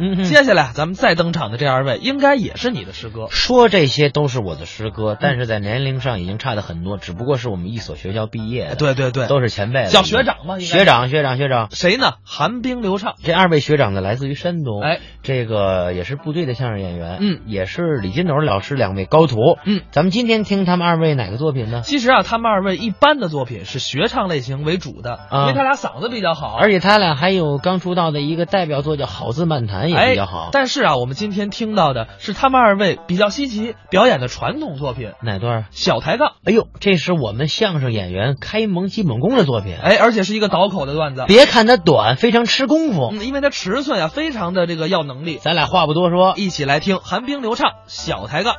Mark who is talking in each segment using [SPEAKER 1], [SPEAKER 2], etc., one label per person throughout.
[SPEAKER 1] 嗯
[SPEAKER 2] 接下来咱们再登场的这二位，应该也是你的师哥。
[SPEAKER 1] 说这些都是我的师哥，
[SPEAKER 2] 嗯
[SPEAKER 1] 但是在年龄上已经差的很多，只不过是我们一所学校毕业的，
[SPEAKER 2] 哎对对对，
[SPEAKER 1] 都是前辈了，
[SPEAKER 2] 叫学长嘛应该
[SPEAKER 1] 学长，学长，学长。
[SPEAKER 2] 谁呢？寒冰流畅，
[SPEAKER 1] 这二位学长呢，来自于山东，
[SPEAKER 2] 哎，
[SPEAKER 1] 这个也是部队的相声演员，
[SPEAKER 2] 嗯，
[SPEAKER 1] 也是李金斗老师两位高徒，
[SPEAKER 2] 嗯，
[SPEAKER 1] 咱们今天听他们二位哪个作品呢？
[SPEAKER 2] 其实啊，他们二位一般的作品是学唱类型为主的，
[SPEAKER 1] 啊
[SPEAKER 2] 因为他俩嗓子比较好，
[SPEAKER 1] 而且他俩还有刚出道的一个代表作叫《好字漫谈》，也比较好
[SPEAKER 2] 哎。。但是啊，我们今天听到的是他们二位比较稀奇表演的传统作品
[SPEAKER 1] 哪段啊？
[SPEAKER 2] 小抬杠，
[SPEAKER 1] 哎呦，这是我们相声演员开蒙基本功的作品。
[SPEAKER 2] 哎，而且是一个倒口的段子，
[SPEAKER 1] 别看它短，非常吃功夫。
[SPEAKER 2] 嗯，因为他尺寸啊非常的这个要能力。
[SPEAKER 1] 咱俩话不多说，
[SPEAKER 2] 一起来听寒冰流畅小抬杠，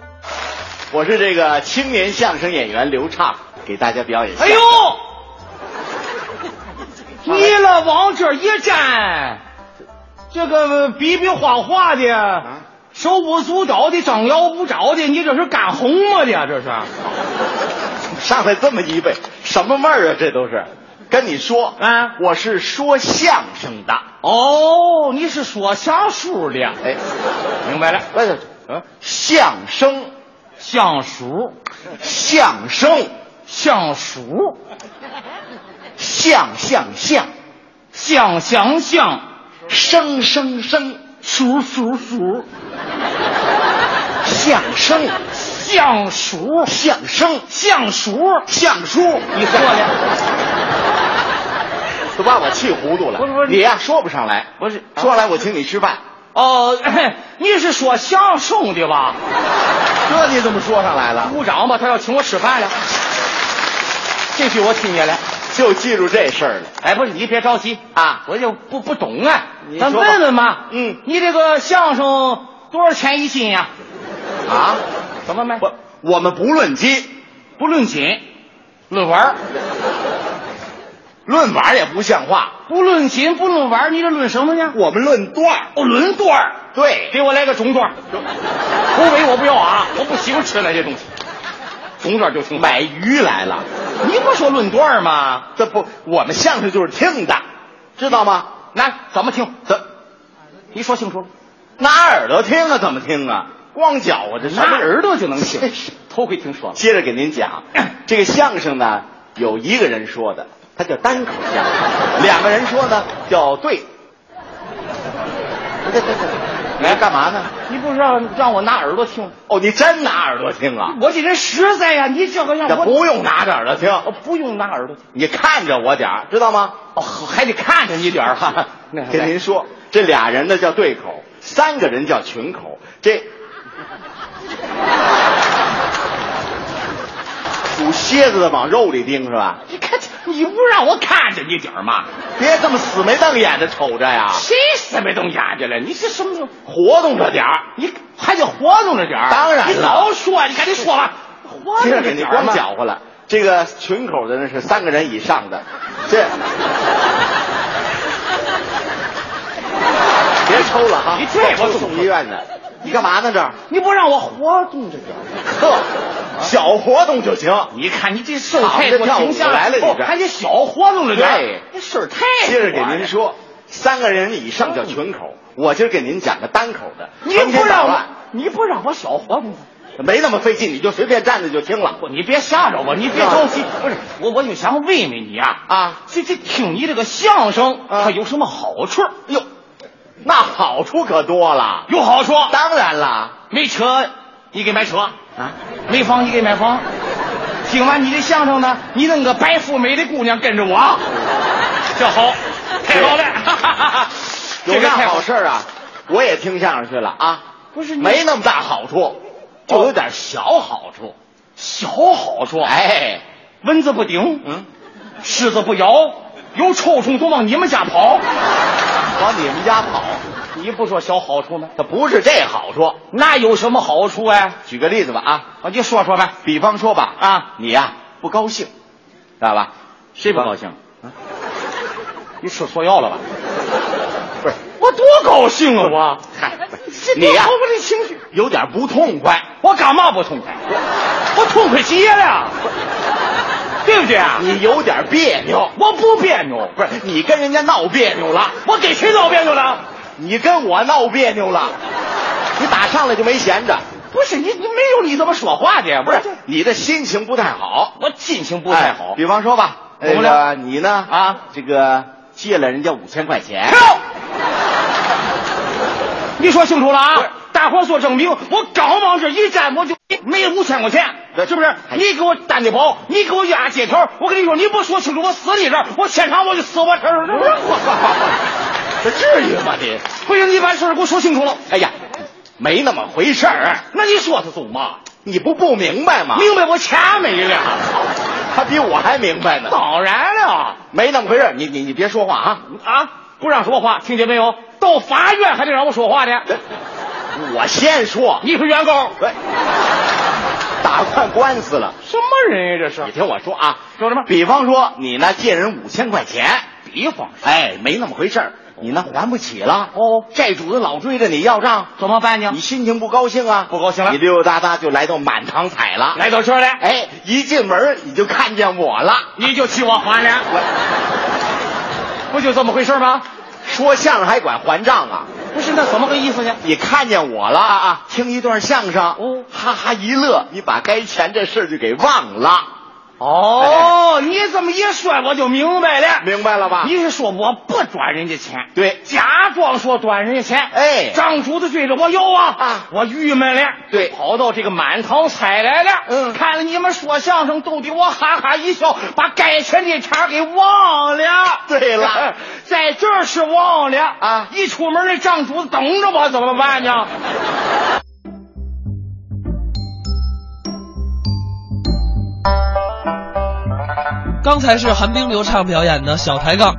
[SPEAKER 3] 我是这个青年相声演员刘畅，给大家表演。
[SPEAKER 4] 哎呦，，你了往这一站，这个比比划划的，手舞足蹈的，张牙舞爪的，你这是干红吗的？这是啊
[SPEAKER 3] 上来这么一位，什么味儿啊？这都是。跟你说，
[SPEAKER 4] 啊
[SPEAKER 3] 我是说相声的。
[SPEAKER 4] 哦，你是说相书的，
[SPEAKER 3] 哎，
[SPEAKER 4] 明白了，
[SPEAKER 3] 喂，嗯，相声，
[SPEAKER 4] 相书，
[SPEAKER 3] 相声，
[SPEAKER 4] 相书，
[SPEAKER 3] 相相相，
[SPEAKER 4] 相相相，
[SPEAKER 3] 生生生，
[SPEAKER 4] 书书书，
[SPEAKER 3] 相声，
[SPEAKER 4] 相书，
[SPEAKER 3] 相声，
[SPEAKER 4] 相书，
[SPEAKER 3] 相书。
[SPEAKER 4] 你说的
[SPEAKER 3] 都把我气糊涂了。
[SPEAKER 4] 不是不是
[SPEAKER 3] 你呀、说不上来。
[SPEAKER 4] 不是
[SPEAKER 3] 说来我请你吃饭，
[SPEAKER 4] 哦，你是说相声的吧？
[SPEAKER 3] 这你怎么说上来了？
[SPEAKER 4] 鼓掌吧，他要请我吃饭了。这句我听见了。
[SPEAKER 3] 就记住这事儿了。
[SPEAKER 4] 哎，不是你别着急
[SPEAKER 3] 啊
[SPEAKER 4] 我就不不懂啊
[SPEAKER 3] 你。
[SPEAKER 4] 咱
[SPEAKER 3] 说吧
[SPEAKER 4] 问问嘛。
[SPEAKER 3] 嗯
[SPEAKER 4] 你这个相声多少钱一斤呀？
[SPEAKER 3] 啊，
[SPEAKER 4] 怎么卖？
[SPEAKER 3] 不，我们不论斤，
[SPEAKER 4] 不论斤，论碗儿
[SPEAKER 3] 论碗也不像话。
[SPEAKER 4] 不论斤不论碗儿你这论什么呢？
[SPEAKER 3] 我们论段
[SPEAKER 4] 哦，论段儿
[SPEAKER 3] 对，
[SPEAKER 4] 给我来个中段儿头尾我不要啊，我不喜欢吃那些东西。中段儿就行。
[SPEAKER 3] 买鱼来了。
[SPEAKER 4] 你不说论段儿吗？
[SPEAKER 3] 这不，我们相声就是听的，知道吗？
[SPEAKER 4] 那怎么听？
[SPEAKER 3] 怎
[SPEAKER 4] 你说清楚了。
[SPEAKER 3] 拿耳朵听啊？怎么听啊？光脚啊？这什么
[SPEAKER 4] 拿耳朵就能听
[SPEAKER 3] 真是，
[SPEAKER 4] 头回听说了。
[SPEAKER 3] 接着给您 讲，这个相声呢，有一个人说的，他叫单口相声；两个人说呢，叫对。 你要干嘛呢？
[SPEAKER 4] 你不让让我拿耳朵听，
[SPEAKER 3] 哦，你真拿耳朵听啊？
[SPEAKER 4] 我这人实在呀、你这个让
[SPEAKER 3] 这
[SPEAKER 4] 我
[SPEAKER 3] 不用拿着耳朵听，
[SPEAKER 4] 我不用拿耳朵听，
[SPEAKER 3] 你看着我点儿，知道吗？
[SPEAKER 4] 哦，还得看着你点儿哈。 那
[SPEAKER 3] 跟您说，这俩人呢叫对口，三个人叫群口。 这属蝎子的往肉里盯是吧？
[SPEAKER 4] 你看，你不让我看着你点儿吗？
[SPEAKER 3] 别这么死眉瞪眼的瞅着呀，
[SPEAKER 4] 谁死没瞪眼睛了？你这什么时候？
[SPEAKER 3] 活动着点儿。
[SPEAKER 4] 你还得活动着点儿。
[SPEAKER 3] 当然了
[SPEAKER 4] 你早说，你赶紧说吧。活动
[SPEAKER 3] 接着
[SPEAKER 4] 着
[SPEAKER 3] 给你
[SPEAKER 4] 点儿
[SPEAKER 3] 光
[SPEAKER 4] 嘛
[SPEAKER 3] 搅和了。这个群口的呢是三个人以上的， 这别抽了哈，
[SPEAKER 4] 你这我
[SPEAKER 3] 抽
[SPEAKER 4] 懂
[SPEAKER 3] 送医院的。你干嘛呢？这儿
[SPEAKER 4] 你不让我活动着点儿。
[SPEAKER 3] 呵，小活动就行。
[SPEAKER 4] 你看你这事儿
[SPEAKER 3] 躺着
[SPEAKER 4] 太多
[SPEAKER 3] 跳舞
[SPEAKER 4] 形象
[SPEAKER 3] 来了你
[SPEAKER 4] 哦
[SPEAKER 3] 这
[SPEAKER 4] 还得小活动着点
[SPEAKER 3] 对
[SPEAKER 4] 儿。这事儿太多
[SPEAKER 3] 接着给
[SPEAKER 4] 了嗯
[SPEAKER 3] 您，说，三个人以上叫群口，我今儿给您讲个单口的。
[SPEAKER 4] 你
[SPEAKER 3] 成天
[SPEAKER 4] 不
[SPEAKER 3] 捣
[SPEAKER 4] 让我
[SPEAKER 3] 乱，，
[SPEAKER 4] 你不让我小活动着。
[SPEAKER 3] 没那么费劲，你就随便站着就听了。
[SPEAKER 4] 不，你别吓着我，你别着急。不是，我我就想问问你啊
[SPEAKER 3] 啊
[SPEAKER 4] 这这听你这个相声，
[SPEAKER 3] 啊
[SPEAKER 4] 它有什么好处？
[SPEAKER 3] 哟，那好处可多了。
[SPEAKER 4] 有好处，
[SPEAKER 3] 当然啦，
[SPEAKER 4] 没车你给买车啊，没房你给买房。听完你的相声呢，你弄个白富美的姑娘跟着我，这好， 太好了，哈哈哈 哈
[SPEAKER 3] 有
[SPEAKER 4] 这个
[SPEAKER 3] 那
[SPEAKER 4] 太
[SPEAKER 3] 好事儿啊，我也听相声去了啊。
[SPEAKER 4] 不是你
[SPEAKER 3] 没那么大好处，就有点小好处。
[SPEAKER 4] 哦小好处。
[SPEAKER 3] 哎，
[SPEAKER 4] 蚊子不叮，
[SPEAKER 3] 嗯，
[SPEAKER 4] 虱子不咬，有臭虫都往你们家跑。
[SPEAKER 3] 往你们家跑，
[SPEAKER 4] 你不说小好处吗？
[SPEAKER 3] 它不是这好处。
[SPEAKER 4] 那有什么好处啊？
[SPEAKER 3] 举个例子吧啊，
[SPEAKER 4] 啊，你说说呗。
[SPEAKER 3] 比方说吧
[SPEAKER 4] 啊
[SPEAKER 3] 你呀、不高兴，知道吧？
[SPEAKER 4] 谁不高兴？你吃错药了吧？
[SPEAKER 3] 不是
[SPEAKER 4] 我多高兴啊！我嗨，
[SPEAKER 3] 你呀
[SPEAKER 4] 我的情绪，
[SPEAKER 3] 有点不痛快。
[SPEAKER 4] 我干嘛不痛快？我痛快极了，对不对啊？
[SPEAKER 3] 你有点别扭，
[SPEAKER 4] 我不别扭，
[SPEAKER 3] 不是你跟人家闹别扭了，
[SPEAKER 4] 我给谁闹别扭了？
[SPEAKER 3] 你跟我闹别扭了，你打上来就没闲着，
[SPEAKER 4] 不是你，你没有你怎么说话的呀？
[SPEAKER 3] 不
[SPEAKER 4] 不是
[SPEAKER 3] 是，你的心情不太好，
[SPEAKER 4] 我心情不太好
[SPEAKER 3] 哎。比方说吧，
[SPEAKER 4] 怎
[SPEAKER 3] 那
[SPEAKER 4] 么了
[SPEAKER 3] 个你呢
[SPEAKER 4] 啊，
[SPEAKER 3] 这个借了人家五千块钱，
[SPEAKER 4] 跳！你说清楚了
[SPEAKER 3] 不是
[SPEAKER 4] 啊！大伙儿做证明，我刚往这一站，我就没五千块钱，
[SPEAKER 3] 对哎
[SPEAKER 4] 是不是？你给我担的包，你给我压借条，我跟你说，你不说清楚，我死你这儿，我现场我就死我这儿。
[SPEAKER 3] 这至于吗你？
[SPEAKER 4] 不行，你把事儿给我说清楚了。
[SPEAKER 3] 哎呀，没那么回事儿，
[SPEAKER 4] 那你说他走嘛？
[SPEAKER 3] 你不不明白吗？
[SPEAKER 4] 明白我钱没了，
[SPEAKER 3] 他比我还明白呢，
[SPEAKER 4] 当然了
[SPEAKER 3] 没那么回事儿。你你你别说话啊！
[SPEAKER 4] 啊，不让说话，听见没有？到法院还得让我说话呢。
[SPEAKER 3] 我先说，
[SPEAKER 4] 嗯你是原告，
[SPEAKER 3] 喂，打惯官司了。
[SPEAKER 4] 什么人呀？这
[SPEAKER 3] 你
[SPEAKER 4] 是
[SPEAKER 3] 听我说啊，
[SPEAKER 4] 说什么
[SPEAKER 3] 比方说你呢借人五千块钱，
[SPEAKER 4] 比方
[SPEAKER 3] 哎，没那么回事儿，你呢还不起了，
[SPEAKER 4] 哦，
[SPEAKER 3] 债主子老追着你要账，
[SPEAKER 4] 怎么办呢
[SPEAKER 3] 你？心情不高兴啊，
[SPEAKER 4] 不高兴了
[SPEAKER 3] 你溜溜达达就来到满堂彩了，
[SPEAKER 4] 来到这儿来，
[SPEAKER 3] 哎，一进门你就看见我了，
[SPEAKER 4] 你就替我还了，
[SPEAKER 3] 我
[SPEAKER 4] 不就这么回事吗？
[SPEAKER 3] 说相声还管还账啊？
[SPEAKER 4] 不是，那怎么个意思呢？
[SPEAKER 3] 你看见我了啊啊！听一段相声，
[SPEAKER 4] 哦
[SPEAKER 3] 哈哈一乐，你把该钱这事儿就给忘了，
[SPEAKER 4] 哦，你这么一说，我就明白了。
[SPEAKER 3] 哎明白了吧？
[SPEAKER 4] 你是说我不转人家钱，
[SPEAKER 3] 对
[SPEAKER 4] 假装说短人家钱，
[SPEAKER 3] 哎
[SPEAKER 4] 张主子追着我要啊，
[SPEAKER 3] 啊
[SPEAKER 4] 我郁闷了，
[SPEAKER 3] 对
[SPEAKER 4] 跑到这个满堂彩来了，
[SPEAKER 3] 嗯
[SPEAKER 4] 看了你们说相声，逗得我哈哈一笑，把该钱的茬给忘了，
[SPEAKER 3] 对 了，
[SPEAKER 4] 在这儿是忘了
[SPEAKER 3] 啊哎
[SPEAKER 4] 一出门那张主子等着我怎么办呢？
[SPEAKER 2] 刚才是寒冰流畅表演的小抬杠，